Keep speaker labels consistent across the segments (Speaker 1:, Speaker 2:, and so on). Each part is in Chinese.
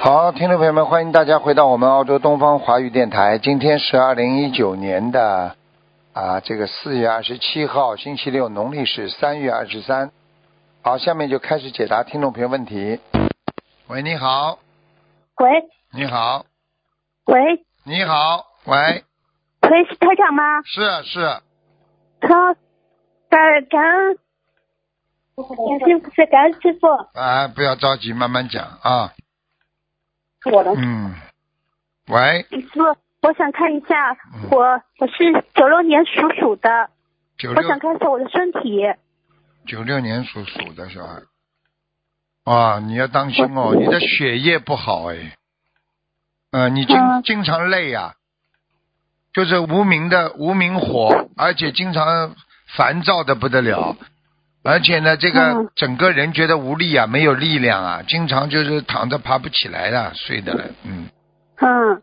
Speaker 1: 好，听众朋友们，欢迎大家回到我们澳洲东方华语电台。今天是二零一九年的啊，这个四月二十七号，星期六，农历是三月二十三。好，下面就开始解答听众朋友问题。喂，你好，
Speaker 2: 喂
Speaker 1: 你好，
Speaker 2: 喂
Speaker 1: 你好，喂，
Speaker 2: 喂，是台长吗？
Speaker 1: 是是，
Speaker 2: 他感感恩，师傅是感恩师傅。
Speaker 1: 啊，不要着急，慢慢讲啊。
Speaker 2: 我的
Speaker 1: 嗯，喂，
Speaker 2: 师傅，我想看一下
Speaker 1: 嗯
Speaker 2: 我我是九六年属鼠的，
Speaker 1: 九
Speaker 2: 我
Speaker 1: 六
Speaker 2: 想看一下我的身体。
Speaker 1: 九六年属鼠的小孩，啊，你要当心哦，你的血液不好哎，呃，你经、
Speaker 2: 嗯
Speaker 1: 经常累呀、就是无名的无名火，而且经常烦躁的不得了，而且呢，这个
Speaker 2: 嗯
Speaker 1: 整个人觉得无力啊，没有力量啊，经常就是躺着爬不起来了，睡的了，嗯，
Speaker 2: 嗯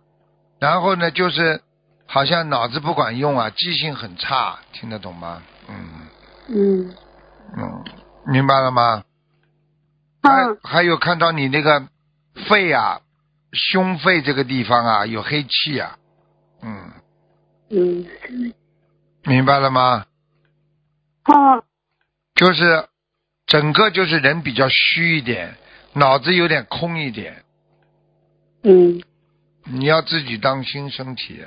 Speaker 1: 然后呢，就是好像脑子不管用啊，记性很差，听得懂吗？嗯
Speaker 2: 嗯
Speaker 1: 嗯，明白了吗？
Speaker 2: 嗯
Speaker 1: 还还有看到你那个肺啊、胸肺这个地方啊有黑气啊，嗯，
Speaker 2: 嗯
Speaker 1: 明白了吗？
Speaker 2: 哦
Speaker 1: 就是整个就是人比较虚一点，脑子有点空一点，
Speaker 2: 嗯
Speaker 1: 你要自己当心身体，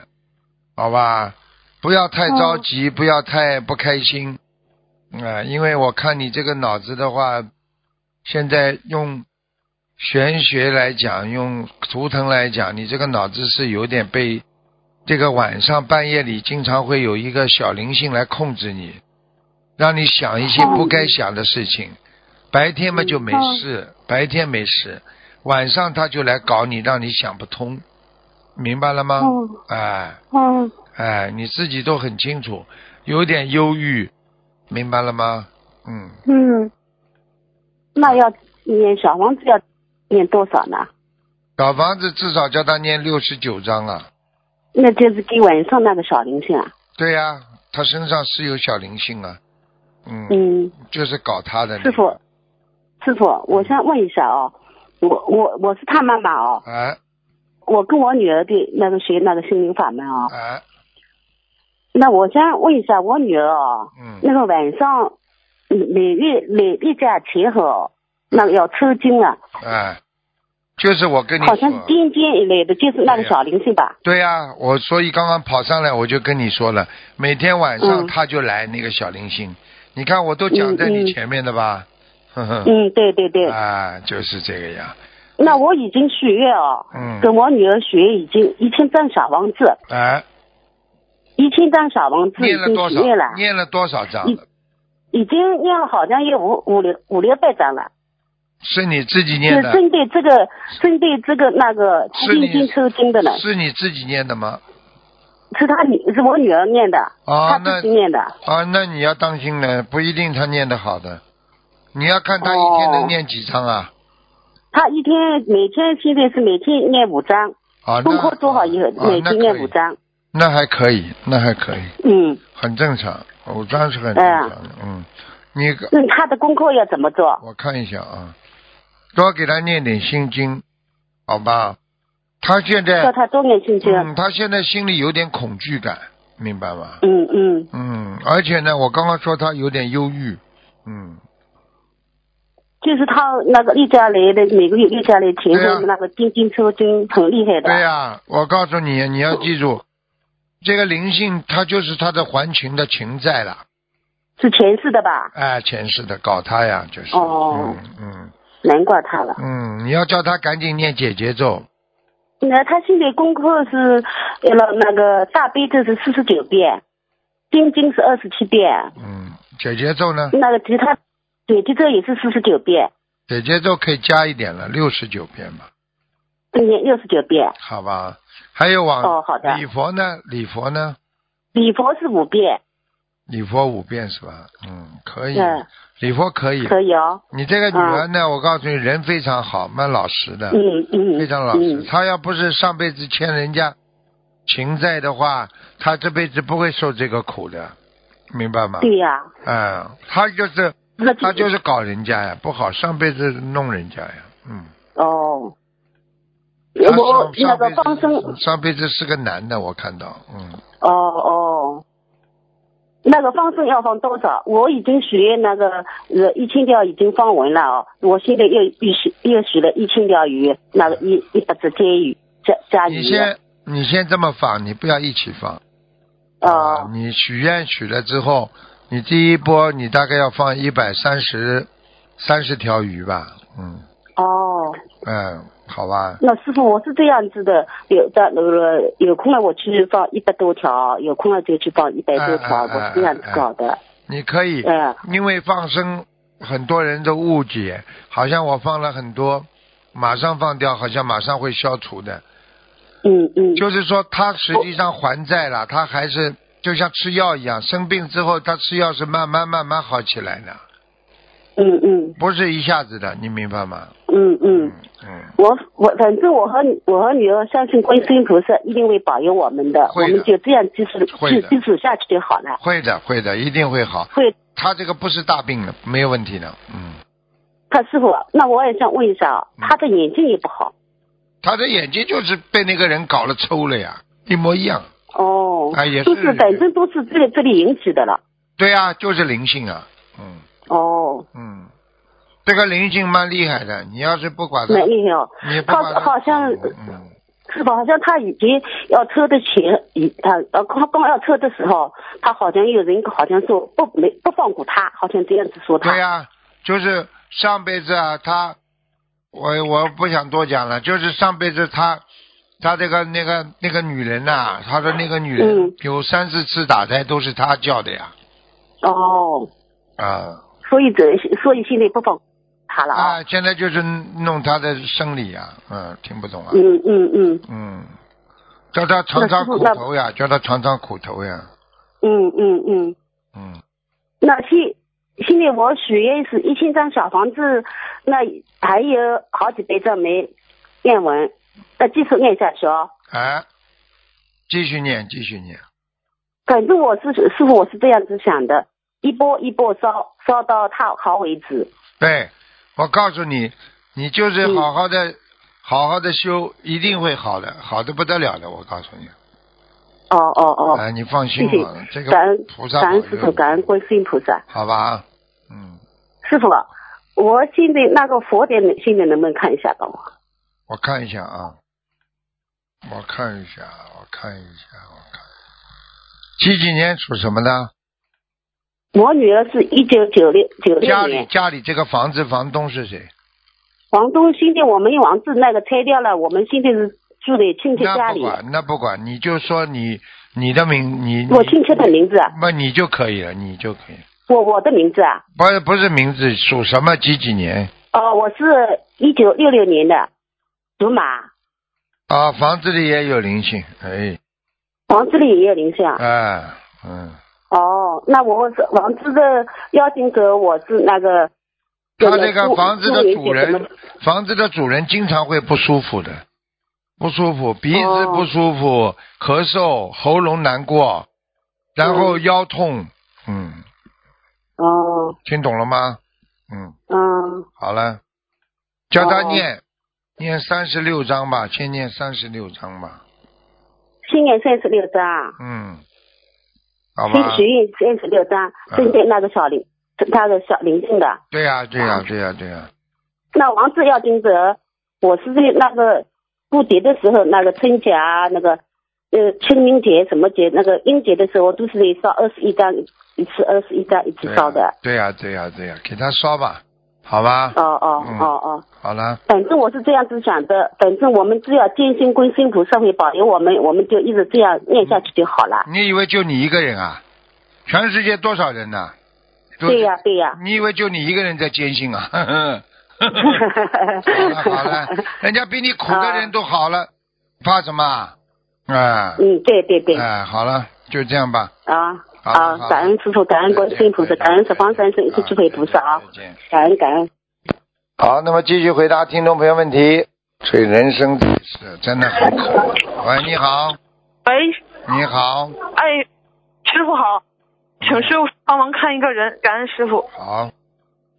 Speaker 1: 好吧？不要太着急，不要太不开心，啊、因为我看你这个脑子的话，现在用玄学来讲，用图腾来讲，你这个脑子是有点被这个晚上半夜里经常会有一个小灵性来控制你，让你想一些不该想的事情。白天嘛就没事，白天没事，晚上他就来搞你，让你想不通，明白了吗？
Speaker 2: 哦
Speaker 1: 哎
Speaker 2: 哦
Speaker 1: 哎，你自己都很清楚，有点忧郁，明白了吗？嗯，
Speaker 2: 嗯，那要念小王子要念多少呢？
Speaker 1: 小房子至少叫他念六十九章啊。
Speaker 2: 那就是给晚上那个小灵性啊。
Speaker 1: 对呀、他身上是有小灵性啊，嗯，
Speaker 2: 嗯。
Speaker 1: 就是搞他的那个。
Speaker 2: 师傅，师傅，
Speaker 1: 嗯
Speaker 2: 我想问一下哦，我我我是他妈妈哦，
Speaker 1: 哎
Speaker 2: 我跟我女儿的那个学那个心灵法门哦，
Speaker 1: 哎，
Speaker 2: 那我想问一下我女儿哦，
Speaker 1: 嗯，
Speaker 2: 那个晚上每月每例假前后，那个要抽筋啊，
Speaker 1: 哎，就是我跟你
Speaker 2: 好像
Speaker 1: 说，
Speaker 2: 癫癫一类的，就是
Speaker 1: 哎
Speaker 2: 那个小灵性吧？
Speaker 1: 对呀、我所以刚刚跑上来我就跟你说了，每天晚上
Speaker 2: 嗯
Speaker 1: 他就来那个小灵性，你看我都讲在
Speaker 2: 嗯嗯
Speaker 1: 你前面的吧，呵 呵，
Speaker 2: 嗯，对对对，
Speaker 1: 啊，就是这个样，
Speaker 2: 那我已经许愿哦，
Speaker 1: 嗯，
Speaker 2: 跟我女儿学已经一千张小王子，
Speaker 1: 哎，
Speaker 2: 一千张小王子已
Speaker 1: 念了
Speaker 2: 经
Speaker 1: 多
Speaker 2: 许
Speaker 1: 少
Speaker 2: 愿了？，嗯
Speaker 1: 念了多少章了？
Speaker 2: 已经念了好像有五五六五六百张了。
Speaker 1: 是你自己念
Speaker 2: 是
Speaker 1: 的，
Speaker 2: 针对这个，针对这个那个
Speaker 1: 是
Speaker 2: 阴
Speaker 1: 你
Speaker 2: 茎抽筋的呢，
Speaker 1: 是你自己念的吗？
Speaker 2: 是他女，是我女儿念的，
Speaker 1: 啊，
Speaker 2: 她
Speaker 1: 那
Speaker 2: 自己念的。
Speaker 1: 啊，那你要当心了，不一定他念的好的，你要看他一天
Speaker 2: 哦
Speaker 1: 能念几章啊？
Speaker 2: 她一天每天现在是每天念五章，
Speaker 1: 啊，
Speaker 2: 功
Speaker 1: 那
Speaker 2: 课做好以后
Speaker 1: 啊
Speaker 2: 每
Speaker 1: 那
Speaker 2: 天念
Speaker 1: 可以
Speaker 2: 五章。
Speaker 1: 那还可以，那还可以，
Speaker 2: 嗯，
Speaker 1: 很正常，五张是很正常的，嗯，你个
Speaker 2: 那她的功课要怎么做？
Speaker 1: 我看一下啊，多给他念点心经，好吧？他现
Speaker 2: 叫
Speaker 1: 在，
Speaker 2: 她多念心经。
Speaker 1: 嗯，他现在心里有点恐惧感，明白吗？
Speaker 2: 嗯嗯，
Speaker 1: 嗯，而且呢，我刚刚说他有点忧郁，嗯，
Speaker 2: 就是她那个例假来的每个月例假来前
Speaker 1: 对啊
Speaker 2: 后那个阴茎抽筋很厉害的。
Speaker 1: 对呀、我告诉你，你要记住，这个灵性他就是他的还情的情债了，
Speaker 2: 是前世的吧？
Speaker 1: 哎，前世的搞他呀，就是，
Speaker 2: 哦
Speaker 1: 嗯嗯
Speaker 2: 难怪她了。
Speaker 1: 嗯，你要叫他赶紧念解结咒，
Speaker 2: 那他现在功课是，呃，那个大悲咒是四十九遍，心经是二十七遍，
Speaker 1: 嗯，解结咒呢，
Speaker 2: 那个其他解结咒也是四十九遍，
Speaker 1: 解结咒可以加一点了，六十九遍嘛。
Speaker 2: 念六十九遍，
Speaker 1: 好吧，还有往
Speaker 2: 哦好的
Speaker 1: 礼佛呢？礼佛呢？
Speaker 2: 礼佛是五遍，
Speaker 1: 礼佛五遍是吧？嗯，可以。
Speaker 2: 嗯，
Speaker 1: 礼佛可以。
Speaker 2: 可以哦，
Speaker 1: 你这个女儿呢，我告诉你，人非常好，蛮老实的，
Speaker 2: 嗯嗯，
Speaker 1: 非常老实。
Speaker 2: 嗯
Speaker 1: 她要不是上辈子欠人家情债的话，她这辈子不会受这个苦的，明白吗？
Speaker 2: 对呀、
Speaker 1: 嗯，她就是
Speaker 2: 那
Speaker 1: 她啊就是搞人家呀，不好，上辈子弄人家呀，嗯。
Speaker 2: 哦，
Speaker 1: 他
Speaker 2: 我
Speaker 1: 上
Speaker 2: 那
Speaker 1: 上
Speaker 2: 个放
Speaker 1: 辈
Speaker 2: 生
Speaker 1: 子上辈子是个男的，我看到，嗯，
Speaker 2: 哦哦，那个放生要放多少？我已经许愿那个呃一千条已经放完了哦，我现在又又许又许了一千条鱼，那个一一百只鲽鱼加加鱼啊
Speaker 1: 你。先你先这么放，你不要一起放
Speaker 2: 哦
Speaker 1: 你许愿许了之后，你第一波你大概要放一百三十三十条鱼吧，嗯
Speaker 2: 哦，
Speaker 1: 嗯，好吧，
Speaker 2: 那师傅我是这样子的，有的呃有空了我去放一百多条，有空了就去放一百多条，
Speaker 1: 嗯嗯嗯
Speaker 2: 我是这样子搞的。
Speaker 1: 你可以，
Speaker 2: 嗯
Speaker 1: 因为放生，很多人都误解，好像我放了很多，马上放掉，好像马上会消除的。
Speaker 2: 嗯嗯，
Speaker 1: 就是说，他实际上还债了，他还是就像吃药一样，生病之后他吃药是慢慢慢慢好起来的，
Speaker 2: 嗯嗯
Speaker 1: 不是一下子的，你明白吗？
Speaker 2: 嗯嗯。
Speaker 1: 嗯，
Speaker 2: 我我反正我和你我和女儿相信观世音菩萨一定会保佑我们的，我
Speaker 1: 会的
Speaker 2: 们就这样继续
Speaker 1: 会
Speaker 2: 继
Speaker 1: 的
Speaker 2: 继续下去就好了。
Speaker 1: 会的，会的，一定会好。
Speaker 2: 会，
Speaker 1: 他这个不是大病了，没有问题的。嗯，
Speaker 2: 他师傅，那我也想问一下啊，他的眼睛也不好
Speaker 1: 他的眼睛就是被那个人搞了抽了呀，一模一样。
Speaker 2: 哦，
Speaker 1: 哎也是
Speaker 2: 都是反正都是这个这里引起的了。
Speaker 1: 对啊，就是灵性啊。嗯
Speaker 2: 哦，
Speaker 1: 嗯，这个灵性蛮厉害的，你要是不管他，
Speaker 2: 蛮厉害哦。
Speaker 1: 你不管他，
Speaker 2: 好好像
Speaker 1: 嗯，
Speaker 2: 师傅好像他以前要车的前，以他呃刚刚要车的时候，他好像有人好像说不没不放过他，好像这样子说他。
Speaker 1: 对呀、就是上辈子啊，他，我我不想多讲了，就是上辈子他，他这个那个那个女人呐、他的那个女人、
Speaker 2: 嗯
Speaker 1: 有三四次打胎都是他叫的呀，
Speaker 2: 哦，
Speaker 1: 啊
Speaker 2: 所以这所以现在不放他了啊。
Speaker 1: 啊，现在就是弄他的生理呀、嗯，听不懂啊，
Speaker 2: 嗯嗯嗯
Speaker 1: 嗯，叫他尝尝
Speaker 2: 那师
Speaker 1: 苦
Speaker 2: 傅那
Speaker 1: 头呀，叫他尝尝苦头呀，
Speaker 2: 嗯嗯嗯。
Speaker 1: 嗯，
Speaker 2: 那现现在我许愿是一千张小房子，那还有好几百张没念完，那继续念下去哦。
Speaker 1: 哎，继续念，继续念，
Speaker 2: 反正我是师傅，我是这样子想的，一波一波烧，烧到他好为止。
Speaker 1: 对，我告诉你，你
Speaker 2: 嗯
Speaker 1: 就是好好的、好好的修，一定会好的，好的不得了的。我告诉你，
Speaker 2: 哦哦哦，
Speaker 1: 哎，你放
Speaker 2: 谢
Speaker 1: 心
Speaker 2: 谢
Speaker 1: 好了，这，
Speaker 2: 感
Speaker 1: 个
Speaker 2: 恩
Speaker 1: 菩萨
Speaker 2: 感
Speaker 1: 保
Speaker 2: 恩师傅，
Speaker 1: 佑，
Speaker 2: 感恩观世音菩萨。
Speaker 1: 好吧？嗯，
Speaker 2: 师傅，我现在那个佛典现在能不能看一下帮我？
Speaker 1: 我看一下啊，我看一下，我看一下，我看几几年属什么的？
Speaker 2: 我女儿是一九九六九
Speaker 1: 家
Speaker 2: 六
Speaker 1: 里
Speaker 2: 年，
Speaker 1: 家里这个房子房东是谁？
Speaker 2: 房东现在我们房子那个拆掉了，我们现在是住在亲戚
Speaker 1: 那
Speaker 2: 家
Speaker 1: 不
Speaker 2: 里。
Speaker 1: 管，那不管，你就说你你的名，你
Speaker 2: 我亲戚的名字啊，
Speaker 1: 那你就可以了，你就可以了。
Speaker 2: 我我的名字啊，
Speaker 1: 不是不是名字，属什么几几年？
Speaker 2: 哦，我是一九六六年的，属马，
Speaker 1: 啊，房子里也有灵性，哎，
Speaker 2: 房子里也有灵性啊。
Speaker 1: 啊，嗯，
Speaker 2: 哦，那我是房子的邀请者，我是那个。
Speaker 1: 他这个房子的主
Speaker 2: 那个朱朱云姐怎么
Speaker 1: 人，房子的主人经常会不舒服的，不舒服，鼻子
Speaker 2: 哦
Speaker 1: 不舒服，咳嗽，喉咙难过，然后腰痛，嗯，
Speaker 2: 哦，
Speaker 1: 听懂了吗？嗯，
Speaker 2: 嗯，
Speaker 1: 好了，叫他
Speaker 2: 哦
Speaker 1: 念，念三十六章吧，先念三十六章吧，
Speaker 2: 新年三十六张，
Speaker 1: 嗯，好吧啊
Speaker 2: 新，许愿三十六张，针对那个小林，那个小林静的。
Speaker 1: 对呀、对呀、对呀、对呀、
Speaker 2: 那王子要金者，我是在那个过节的时候，那个春节啊，那个呃清明节什么节，那个阴节的时候，都是得烧二十一张，一次二十一张一
Speaker 1: 对啊
Speaker 2: 次
Speaker 1: 呀
Speaker 2: 烧的。
Speaker 1: 对呀、对呀、对呀、给他烧吧，好吧，
Speaker 2: 哦哦
Speaker 1: 嗯
Speaker 2: 哦哦，
Speaker 1: 好了，
Speaker 2: 反正我是这样子想的，反正我们只要坚信观世音菩萨会保佑我们，我们就一直这样念下去就好了。
Speaker 1: 你以为就你一个人啊？全世界多少人呢、都
Speaker 2: 对呀、对呀、
Speaker 1: 你以为就你一个人在坚信 啊？好了好了，人家比你苦的人都好了，怕什么啊？啊、
Speaker 2: 嗯，对对对，
Speaker 1: 哎，好了，就这样吧。
Speaker 2: 啊
Speaker 1: 好
Speaker 2: 啊
Speaker 1: 好，
Speaker 2: 感恩师傅，感恩观世音菩萨，感恩十方三圣一切诸佛菩萨啊
Speaker 1: 再，见。
Speaker 2: 感恩感恩。
Speaker 1: 好，那么继续回答听众朋友问题。所以人生是真的很苦。喂，你好，
Speaker 3: 喂，
Speaker 1: 你好，
Speaker 3: 哎，师傅好，请师傅帮忙看一个人，感恩师傅，
Speaker 1: 好，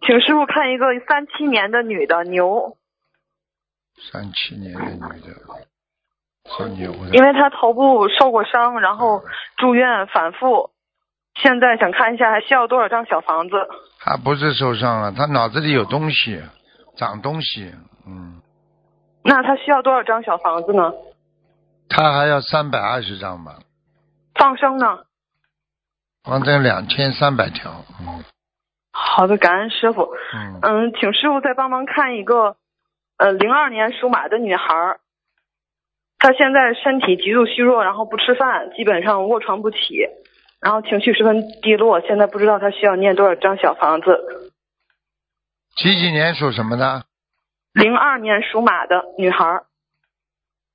Speaker 3: 请师傅看一个三七年的女的牛，
Speaker 1: 三七年的女的，很牛的。
Speaker 3: 因为他头部受过伤，然后住院反复，现在想看一下还需要多少张小房子。
Speaker 1: 他不是受伤了，他脑子里有东西，长东西，嗯，
Speaker 3: 那他需要多少张小房子呢？
Speaker 1: 他还要三百二十张吧，
Speaker 3: 放生呢？
Speaker 1: 光这两千三百条，嗯
Speaker 3: 好的，感恩师傅。
Speaker 1: 嗯，
Speaker 3: 嗯，请师傅再帮忙看一个，呃，零二年属马的女孩儿，她现在身体极度虚弱，然后不吃饭，基本上卧床不起，然后情绪十分低落，现在不知道她需要念多少张小房子。
Speaker 1: 几几年属什么的？
Speaker 3: 零二年属马的女孩儿，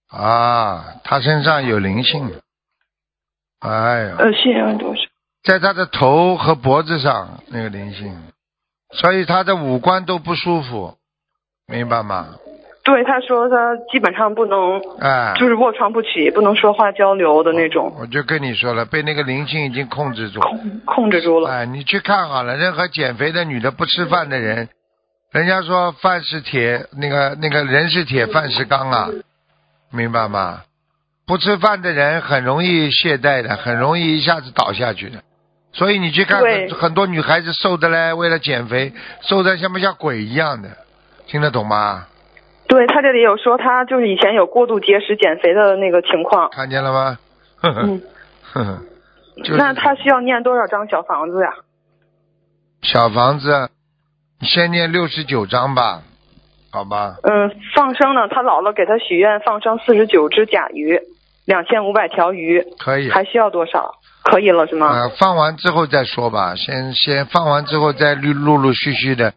Speaker 1: 啊，他身上有灵性，哎呀，
Speaker 3: 呃，谢谢问多少？
Speaker 1: 在他的头和脖子上那个灵性，所以他的五官都不舒服，明白吗？
Speaker 3: 对，她说她基本上不能，
Speaker 1: 哎，
Speaker 3: 就是卧床不起，不能说话交流的那种，
Speaker 1: 我就跟你说了，被那个灵性已经控制住。
Speaker 3: 控控制住了。
Speaker 1: 哎，你去看好了，任何减肥的女的不吃饭的人，人家说饭是铁，那个那个人是铁，饭是钢啊，明白吗？不吃饭的人很容易懈怠的，很容易一下子倒下去的。所以你去看
Speaker 3: 对
Speaker 1: 很很多女孩子瘦的嘞，为了减肥瘦的像不像鬼一样的，听得懂吗？
Speaker 3: 对她这里有说她就是以前有过度节食减肥的那个情况。
Speaker 1: 看见了吗？呵呵
Speaker 3: 嗯，
Speaker 1: 呵呵，就是
Speaker 3: 那他需要念多少张小房子呀、
Speaker 1: 小房子，你先念六十九章吧，好吧？
Speaker 3: 嗯，放生呢，他姥姥给他许愿放生四十九只甲鱼，两千五百条鱼，
Speaker 1: 可以。
Speaker 3: 还需要多少？可以了是吗？
Speaker 1: 呃，放完之后再说吧，先先放完之后再陆陆陆续续的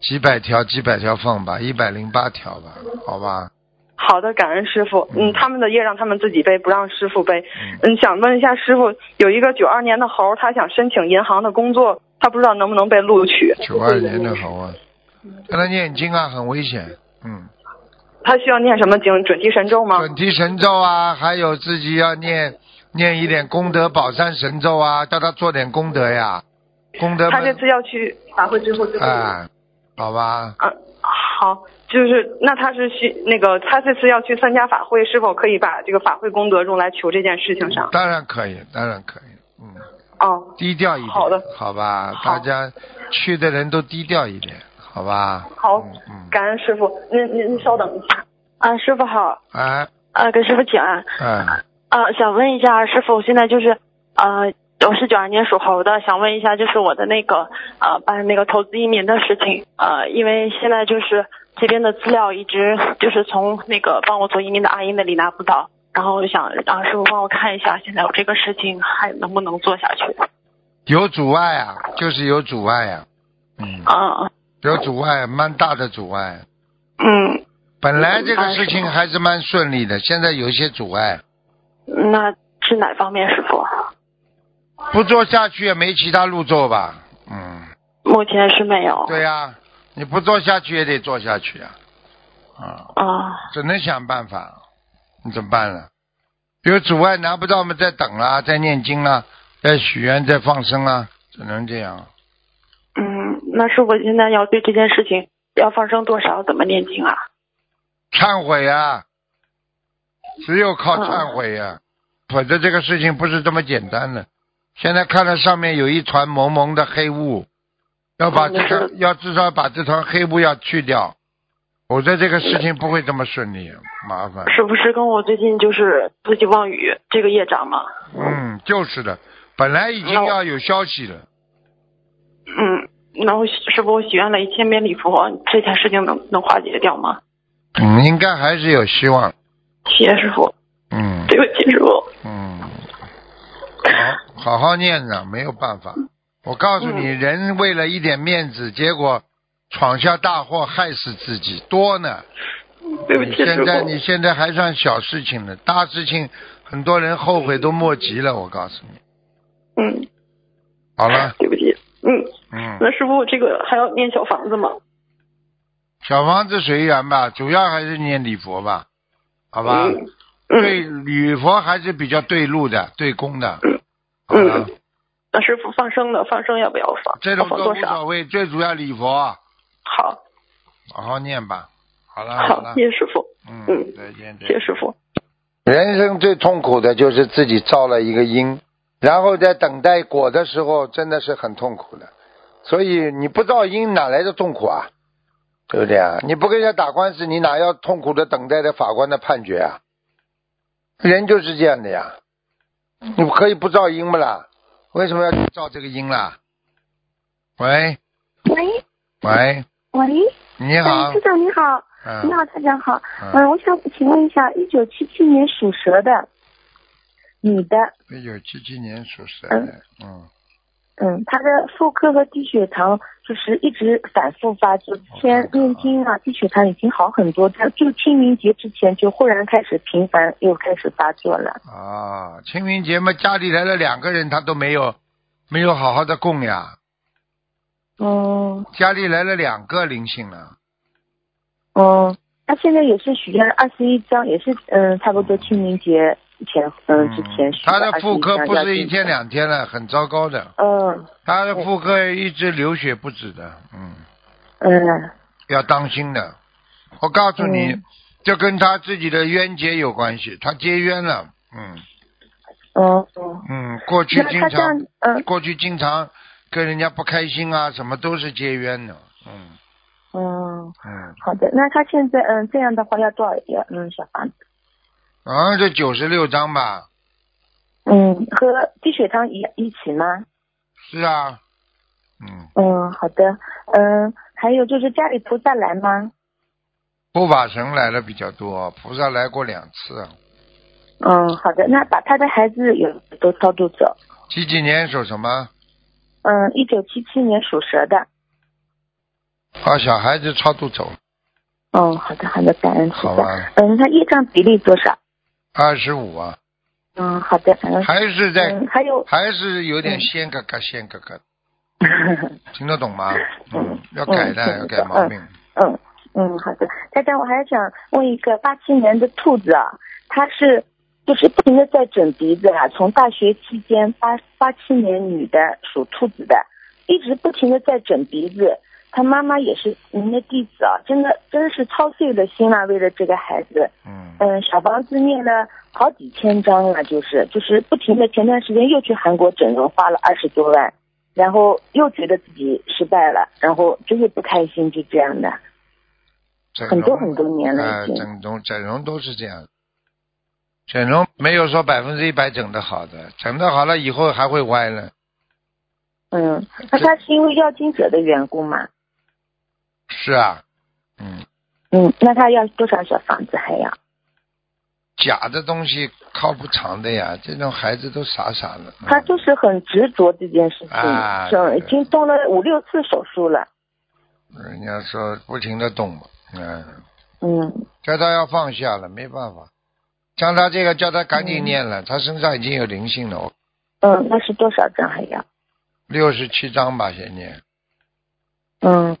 Speaker 1: 几百条几百条放吧，一百零八条吧，好吧？
Speaker 3: 好的，感恩师傅。嗯，他们的业让他们自己背，不让师傅背。嗯，想问一下师傅，有一个九二年的猴，他想申请银行的工作，他不知道能不能被录取，
Speaker 1: 九二年的猴啊，跟他念经啊，很危险。嗯，
Speaker 3: 他需要念什么经？准提神咒吗？
Speaker 1: 准提神咒啊，还有自己要念念一点功德宝山神咒啊，叫他做点功德呀，功德
Speaker 3: 他啊这
Speaker 1: 们
Speaker 3: 次要去法会之后就可以
Speaker 1: 哎，好吧？
Speaker 3: 嗯，好，就是那他是需那个他这次要去参加法会，是否可以把这个法会功德用来求这件事情上？
Speaker 1: 当然可以，当然可以。嗯，
Speaker 3: 哦，
Speaker 1: 低调一点，
Speaker 3: 好的
Speaker 1: 好吧？
Speaker 3: 好
Speaker 1: 大家去的人都低调一点，好吧？
Speaker 3: 好
Speaker 1: 嗯，嗯，
Speaker 3: 感恩师傅，您您稍等一下。
Speaker 4: 啊，师傅好，
Speaker 1: 哎
Speaker 4: 啊，给师傅请安，
Speaker 1: 哎，
Speaker 4: 啊，想问一下师傅，我现在就是，呃，我是九二年属猴的，想问一下就是我的那个，呃，办那个投资移民的事情，呃，因为现在就是这边的资料一直就是从那个帮我做移民的阿姨那里拿不到，然后我想让师傅帮我看一下，现在我这个事情还能不能做下去？
Speaker 1: 有阻碍啊，就是有阻碍啊，嗯，
Speaker 4: 啊，
Speaker 1: 有阻碍，蛮大的阻碍。
Speaker 4: 嗯，
Speaker 1: 本来这个事情还是蛮顺利的，现在有一些阻碍，
Speaker 4: 那是哪方面，师傅？
Speaker 1: 不做下去也没其他路做吧？嗯，
Speaker 4: 目前是没有。
Speaker 1: 对呀、你不做下去也得做下去啊，啊，
Speaker 4: 啊，
Speaker 1: 只能想办法，你怎么办呢？有阻碍拿不到，我们再等啦，再念经啦，再许愿，再放生啦，只能这样。
Speaker 4: 嗯，那师傅现在要对这件事情要放生多少？怎么念经啊？
Speaker 1: 忏悔啊，只有靠忏悔呀、否则这个事情不是这么简单的。现在看到上面有一团蒙蒙的黑雾，要把
Speaker 4: 嗯
Speaker 1: 这个
Speaker 4: 没、事
Speaker 1: 要至少把这团黑雾要去掉，否则这个事情不会这么顺利，麻烦。
Speaker 4: 是不是跟我最近就是自己妄语这个业障嘛？
Speaker 1: 嗯，就是的，本来已经
Speaker 4: 那我
Speaker 1: 要有消息了，
Speaker 4: 嗯，然后师傅，我许愿了一千遍礼佛，这件事情能能化解掉吗？
Speaker 1: 嗯，应该还是有希望。
Speaker 4: 谢谢师傅，
Speaker 1: 嗯
Speaker 4: 对不起师傅。
Speaker 1: 嗯，好，好好念着，没有办法。我告诉
Speaker 4: 嗯
Speaker 1: 你，人为了一点面子，结果闯下大祸，害死自己多呢。
Speaker 4: 对不起
Speaker 1: 你
Speaker 4: 师
Speaker 1: 嗯现
Speaker 4: 傅
Speaker 1: 在你现在还算小事情呢，大事情很多人后悔都莫及了。我告诉你，
Speaker 4: 嗯，
Speaker 1: 好了，
Speaker 4: 对不起。嗯，
Speaker 1: 嗯，
Speaker 4: 那师傅这个还要念小房子吗？
Speaker 1: 小房子随缘吧，主要还是念礼佛吧，好吧？
Speaker 4: 嗯
Speaker 1: 对，
Speaker 4: 嗯
Speaker 1: 礼佛还是比较对路的，对公的
Speaker 4: 嗯。
Speaker 1: 好了，
Speaker 4: 嗯那师傅放生呢？放生要不要放？
Speaker 1: 这种
Speaker 4: 放
Speaker 1: 都无
Speaker 4: 多
Speaker 1: 所
Speaker 4: 少？
Speaker 1: 谓，最主要礼佛，
Speaker 4: 好，
Speaker 1: 好好念吧。好了啊好
Speaker 4: 好，
Speaker 1: 了
Speaker 4: 谢，谢师傅，
Speaker 1: 嗯
Speaker 4: 嗯，
Speaker 1: 再见再
Speaker 4: 谢谢
Speaker 1: 见。
Speaker 4: 师傅。
Speaker 1: 人生最痛苦的就是自己造了一个因，然后在等待果的时候，真的是很痛苦的。所以你不造因，哪来的痛苦啊？对不对啊？你不跟人家打官司，你哪要痛苦的等待着法官的判决啊？人就是这样的呀，你可以不造因不啦？为什么要去造这个因啦？喂
Speaker 5: 喂
Speaker 1: 喂，
Speaker 5: 喂，
Speaker 1: 你好
Speaker 5: 哎，台，长你好，
Speaker 1: 嗯
Speaker 5: 你好，台长好，
Speaker 1: 嗯
Speaker 5: 嗯，我想请问一下，一九七七年属蛇的女的，
Speaker 1: 一九七七年属蛇的，嗯，
Speaker 5: 嗯，她的妇科和低血糖就是一直反复发
Speaker 1: 哦
Speaker 5: 作，之前念经啊，低血糖已经好很多，但就清明节之前就忽然开始频繁又开始发作了。
Speaker 1: 啊，清明节嘛，家里来了两个人，他都没有没有好好的供呀，
Speaker 3: 哦
Speaker 5: 嗯
Speaker 1: 家里来了两个灵性了，
Speaker 5: 嗯，她现在也是许愿了二十一章，也是嗯，差不多清明节前嗯之前许
Speaker 1: 他的
Speaker 5: 21
Speaker 1: 妇科
Speaker 5: 张
Speaker 1: 不
Speaker 5: 要
Speaker 1: 是
Speaker 5: 进
Speaker 1: 一天两天了，很糟糕的，
Speaker 5: 嗯
Speaker 1: 他的妇科一直流血不止的，嗯，
Speaker 5: 嗯
Speaker 1: 要当心的，我告诉你
Speaker 5: 嗯，
Speaker 1: 这跟他自己的冤结有关系，他结冤了，嗯
Speaker 5: 嗯嗯，
Speaker 1: 嗯，过去
Speaker 5: 那
Speaker 1: 经
Speaker 5: 她这样
Speaker 1: 常
Speaker 5: 嗯。
Speaker 1: 过去经常跟人家不开心啊，什么都是结冤的，嗯
Speaker 5: 嗯，
Speaker 1: 嗯，
Speaker 5: 好的，那他现在嗯这样的话要多少要嗯小房子？
Speaker 1: 啊，这九十六章吧，
Speaker 5: 嗯，和低血糖一一起吗？
Speaker 1: 是啊，嗯，
Speaker 5: 嗯，好的，嗯，还有就是家里菩萨来吗？
Speaker 1: 护法神来的比较多，菩萨来过两次。
Speaker 5: 嗯，好的，那把他的孩子有都超度走。
Speaker 1: 几几年属什么？
Speaker 5: 嗯，一九七七年属蛇的。
Speaker 1: 啊，小孩子超度走，
Speaker 5: 嗯，好的，好的，感恩菩
Speaker 1: 好
Speaker 5: 萨。
Speaker 1: 吧，
Speaker 5: 嗯，他业障比例多少？
Speaker 1: 二十五啊，
Speaker 5: 嗯，好的，感恩。
Speaker 1: 还是在，
Speaker 5: 嗯，还有，
Speaker 1: 还是有点仙哥哥仙哥 哥，听得懂吗？嗯
Speaker 5: 嗯，
Speaker 1: 要改的，
Speaker 5: 嗯
Speaker 1: 要改毛病。
Speaker 5: 嗯嗯，好的。太太，我还想问一个八七年的兔子啊，它是就是不停的在整鼻子啊，从大学期间八八七年女的属兔子的，一直不停的在整鼻子。她妈妈也是您的弟子啊，真的真的是操碎了心啊，为了这个孩子。
Speaker 1: 嗯，
Speaker 5: 嗯，小房子念了好几千张了，就是就是不停的。前段时间又去韩国整容，花了二十多万，然后又觉得自己失败了，然后就是不开心，就这样的，
Speaker 1: 整
Speaker 5: 很多
Speaker 1: 容
Speaker 5: 很多年了
Speaker 1: 呃，
Speaker 5: 已经。
Speaker 1: 整容整容都是这样，整容没有说百分之一百整的好的，整的好了以后还会歪了，
Speaker 5: 嗯，那他是因为要经者的缘故嘛？
Speaker 1: 是啊，嗯，
Speaker 5: 嗯，那他要多少小房子还要？
Speaker 1: 假的东西靠不长的呀，这种孩子都傻傻的。嗯
Speaker 5: 他就是很执着这件事情，
Speaker 1: 啊
Speaker 5: 是
Speaker 1: 对
Speaker 5: 已经动了五六次手术了。
Speaker 1: 人家说不停的动嘛，嗯，
Speaker 5: 嗯
Speaker 1: 叫他要放下了，没办法。像他这个，叫他赶紧念了，他身上已经有灵性了，
Speaker 5: 嗯，那是多少张还要？
Speaker 1: 六十七章吧，先念。
Speaker 5: 嗯，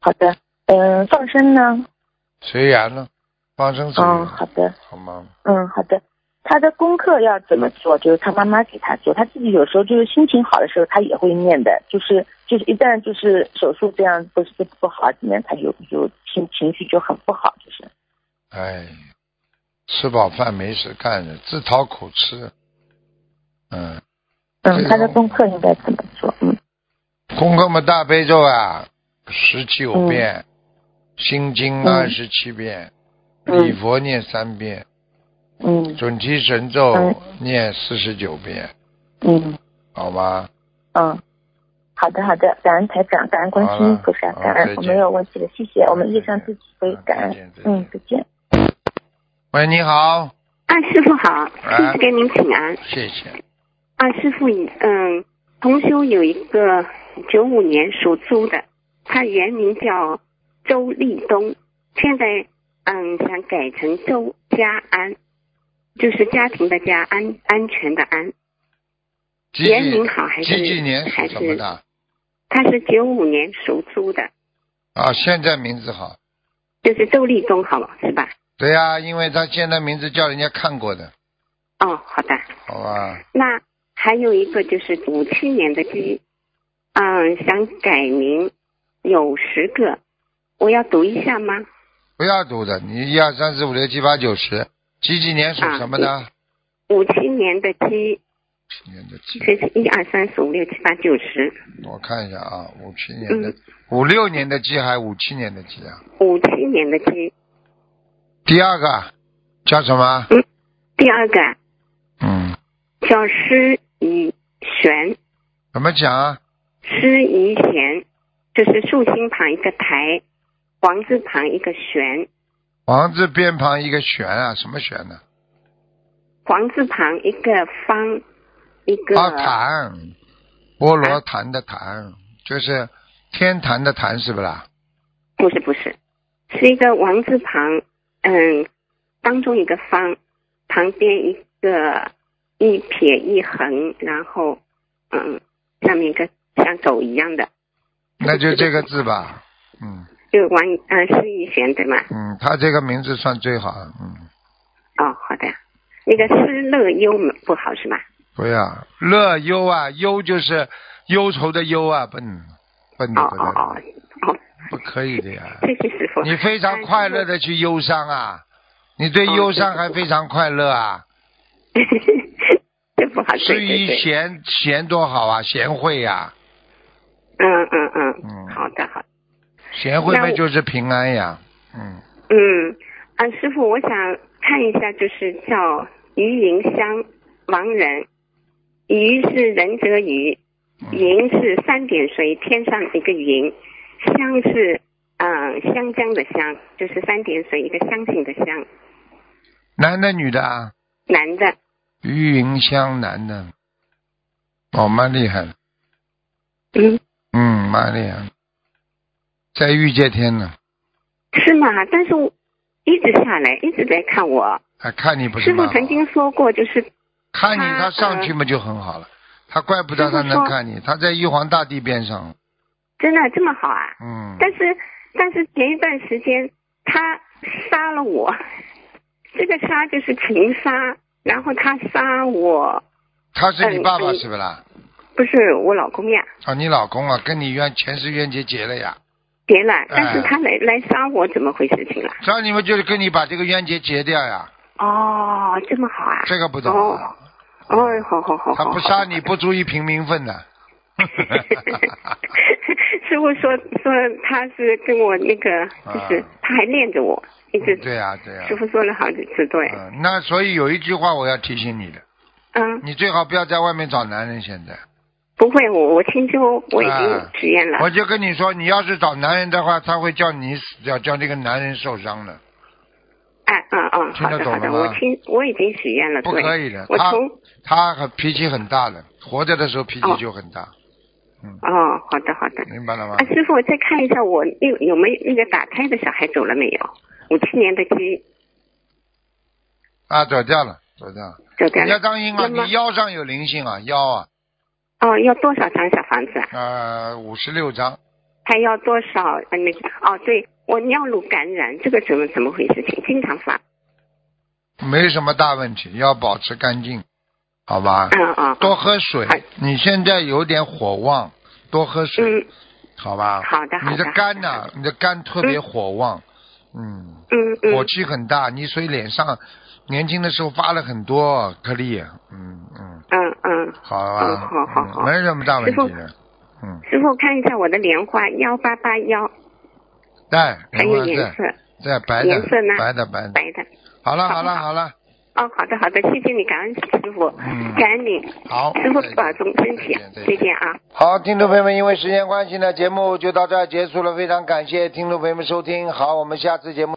Speaker 5: 好的。嗯，放生呢？
Speaker 1: 随缘了，放生随
Speaker 5: 嗯，
Speaker 1: 缘，
Speaker 5: 好的。
Speaker 1: 好吗？
Speaker 5: 嗯，好的。他的功课要怎么做？就是他妈妈给他做，他自己有时候就是心情好的时候，他也会念的。就是就是一旦就是手术这样不是不不好，怎么样，他有有情情绪就很不好，就是。
Speaker 1: 哎，吃饱饭没事干的，自讨苦吃。嗯，
Speaker 5: 嗯，他的功课应该怎么做？嗯
Speaker 1: 功课嘛，大悲咒啊，十九遍，心经二十七遍，
Speaker 5: 嗯
Speaker 1: 礼佛念三遍，
Speaker 5: 嗯
Speaker 1: 准提神咒
Speaker 5: 嗯
Speaker 1: 念四十九遍，
Speaker 5: 嗯
Speaker 1: 好吗？
Speaker 5: 嗯，好的好的，感恩台长，感恩观世音菩萨，
Speaker 1: 好了
Speaker 5: 啊
Speaker 1: 好
Speaker 5: 感
Speaker 1: 再见
Speaker 5: 恩我没有问题了，谢谢，我们业障自己背
Speaker 1: 好，
Speaker 5: 感
Speaker 1: 再见再，
Speaker 5: 恩
Speaker 1: 见
Speaker 5: 嗯，再见。
Speaker 1: 喂，你好，
Speaker 6: 啊，师傅好，
Speaker 1: 哎
Speaker 6: 弟子给您请安。
Speaker 1: 谢谢。
Speaker 6: 啊，师傅，嗯，同修有一个九五年属猪的，他原名叫周立东，现在嗯想改成周家安，就是家庭的家，安安全的安。
Speaker 1: 几
Speaker 6: 原
Speaker 1: 几
Speaker 6: 名好还是
Speaker 1: 几几年属什么的？
Speaker 6: 他是九五年属猪的，
Speaker 1: 啊，现在名字好。
Speaker 6: 就是周立东，好了，是吧？
Speaker 1: 对呀、因为他现在名字叫人家看过的，
Speaker 6: 哦，好的。
Speaker 1: 好吧？
Speaker 6: 那还有一个就是五七年的鸡，嗯，想改名，有十个，我要读一下吗？
Speaker 1: 不要读的，你一二三四五六七八九十，几几年属什么的？
Speaker 6: 五七年的鸡，
Speaker 1: 七年的鸡，
Speaker 6: 这是一二三四五六七八九十，
Speaker 1: 我看一下啊，五七年的，五六年的鸡还是五七年的鸡啊？
Speaker 6: 五七年的鸡。
Speaker 1: 第二个叫什么？
Speaker 6: 第二个
Speaker 1: 嗯，
Speaker 6: 叫施以玄，
Speaker 1: 怎么讲啊？
Speaker 6: 施以贤，就是竖心旁一个台，黄字旁一个玄，
Speaker 1: 王字边旁一个玄啊，什么玄呢、
Speaker 6: 黄字旁一个方，一个
Speaker 1: 啊，坛，波罗坛的坛，就是天坛的坛，是不啦？
Speaker 6: 不是不是，是一个王字旁，嗯，当中一个方，旁边一个一撇一横，然后嗯，下面一个像狗一样的，
Speaker 1: 那就这个字吧。嗯
Speaker 6: 就王呃施以贤对吗？
Speaker 1: 嗯，他这个名字算最好。嗯，
Speaker 6: 哦，好的，那个施乐忧不好是吧？
Speaker 1: 不要乐忧啊，忧就是忧愁的忧啊，笨笨
Speaker 6: 哦
Speaker 1: 嗯的不
Speaker 6: 哦
Speaker 1: 得了，
Speaker 6: 哦哦，
Speaker 1: 不可以的呀。
Speaker 6: 谢谢师傅。
Speaker 1: 你非常快乐的去忧伤啊，你对忧伤还非常快乐啊。
Speaker 6: 这不好，
Speaker 1: 至
Speaker 6: 啊对
Speaker 1: 于
Speaker 6: 对对，
Speaker 1: 贤贤多好啊，贤惠呀、
Speaker 6: 嗯嗯嗯，
Speaker 1: 嗯，
Speaker 6: 好的好的，
Speaker 1: 贤惠
Speaker 6: 那
Speaker 1: 嘛
Speaker 6: 我
Speaker 1: 就是平安呀，嗯，
Speaker 6: 嗯啊，师傅，我想看一下，就是叫于云香盲人，于是仁者于，
Speaker 1: 嗯
Speaker 6: 云是三点水天上一个云，香是嗯、呃香江的香，就是三点水一个相信的香，
Speaker 1: 男的女的啊，
Speaker 6: 男的，
Speaker 1: 于云香男的，哦，蛮厉害的，
Speaker 6: 嗯，
Speaker 1: 嗯，蛮厉害的，在御界天呢，
Speaker 6: 是吗？但是我一直下来一直在看我，
Speaker 1: 啊，看你不是
Speaker 6: 师傅
Speaker 1: 吗？
Speaker 6: 曾经说过，就是
Speaker 1: 看你他
Speaker 6: 他
Speaker 1: 上去嘛就很好了，他怪不得他
Speaker 6: 师傅
Speaker 1: 能
Speaker 6: 说
Speaker 1: 看你，他在玉皇大帝边上，
Speaker 6: 真的这么好啊？
Speaker 1: 嗯，
Speaker 6: 但是但是前一段时间他杀了我， 这个杀就是情杀，然后他杀我，
Speaker 1: 他是你
Speaker 6: 嗯
Speaker 1: 爸爸
Speaker 6: 嗯
Speaker 1: 是不啦？
Speaker 6: 不是我老公呀，
Speaker 1: 啊，你老公啊，跟你冤前世冤结结了呀，
Speaker 6: 别了，
Speaker 1: 哎
Speaker 6: 但是他来、来杀我，怎么回事情了？
Speaker 1: 这样你们就是跟你把这个冤结结掉呀，
Speaker 6: 哦，这么好啊？
Speaker 1: 这个不懂啊。
Speaker 6: 哦哦，好好好好，
Speaker 1: 他不杀你
Speaker 6: 好。
Speaker 1: 不足以平民愤 的。
Speaker 6: 师傅说说他是跟我那个，就是
Speaker 1: 啊嗯
Speaker 6: 他还恋着我，一直
Speaker 1: 对啊呀、对呀、
Speaker 6: 师傅说了好几次，对，
Speaker 1: 嗯，那所以有一句话我要提醒你的，
Speaker 6: 嗯，
Speaker 1: 你最好不要在外面找男人。现在，
Speaker 6: 不会，我我清修，我已
Speaker 1: 啊
Speaker 6: 经许愿了
Speaker 1: 我，就跟你说，你要是找男人的话，他会叫你死掉，叫这个男人受伤的，
Speaker 6: 哎，嗯嗯，
Speaker 1: 听
Speaker 6: 好
Speaker 1: 得
Speaker 6: 的
Speaker 1: 懂
Speaker 6: 好
Speaker 1: 了
Speaker 6: 的，
Speaker 1: 吗
Speaker 6: 我听我已经许愿了，
Speaker 1: 不
Speaker 6: 对
Speaker 1: 可以的
Speaker 6: 我
Speaker 1: 他
Speaker 6: 从
Speaker 1: 他很脾气很大的，活着的时候脾气
Speaker 6: 哦
Speaker 1: 就很大，
Speaker 6: 哦，好的好的。
Speaker 1: 明白了吗
Speaker 6: 啊，？师傅，再看一下我那有没有那个打胎的小孩走了没有？五七年的鸡
Speaker 1: 啊，走掉了，走掉了，
Speaker 6: 走掉
Speaker 1: 你要
Speaker 6: 了。
Speaker 1: 当心啊，
Speaker 6: 那么
Speaker 1: 你腰上有灵性啊，腰啊，
Speaker 6: 哦，要多少张小房子啊？
Speaker 1: 呃，五十六张，
Speaker 6: 还要多少？呃，那个哦，对我尿路感染，这个怎么怎么回事情？经常发。
Speaker 1: 没什么大问题，要保持干净，好吧？
Speaker 6: 嗯嗯。
Speaker 1: 多喝水
Speaker 6: 哎，
Speaker 1: 你现在有点火旺，多喝水，
Speaker 6: 嗯
Speaker 1: 好吧？
Speaker 6: 好的好的
Speaker 1: 你的肝呐、你的肝特别火旺，嗯，
Speaker 6: 嗯
Speaker 1: 火
Speaker 6: 嗯。
Speaker 1: 气很大，你所以脸上年轻的时候发了很多颗粒，嗯嗯，
Speaker 6: 嗯嗯。
Speaker 1: 好吧，
Speaker 6: 好好好
Speaker 1: 嗯没什么大问题的，嗯，
Speaker 6: 师傅看一下我的莲花幺八八幺，
Speaker 1: 在，
Speaker 6: 还
Speaker 1: 莲花
Speaker 6: 有颜
Speaker 1: 在
Speaker 6: 色
Speaker 1: 在白的
Speaker 6: 颜色呢，
Speaker 1: 白的白的，
Speaker 6: 白的。
Speaker 1: 好了好
Speaker 6: 好不
Speaker 1: 了
Speaker 6: 好
Speaker 1: 好了，
Speaker 6: 哦，好的好的，谢谢你，感恩师傅，
Speaker 1: 嗯
Speaker 6: 感恩你，
Speaker 1: 好，
Speaker 6: 师傅
Speaker 1: 再见
Speaker 6: 保重身体
Speaker 1: 再见，
Speaker 6: 再见啊。
Speaker 1: 好，听众朋友们，因为时间关系呢，节目就到这儿结束了。非常感谢听众朋友们收听，好，我们下次节目。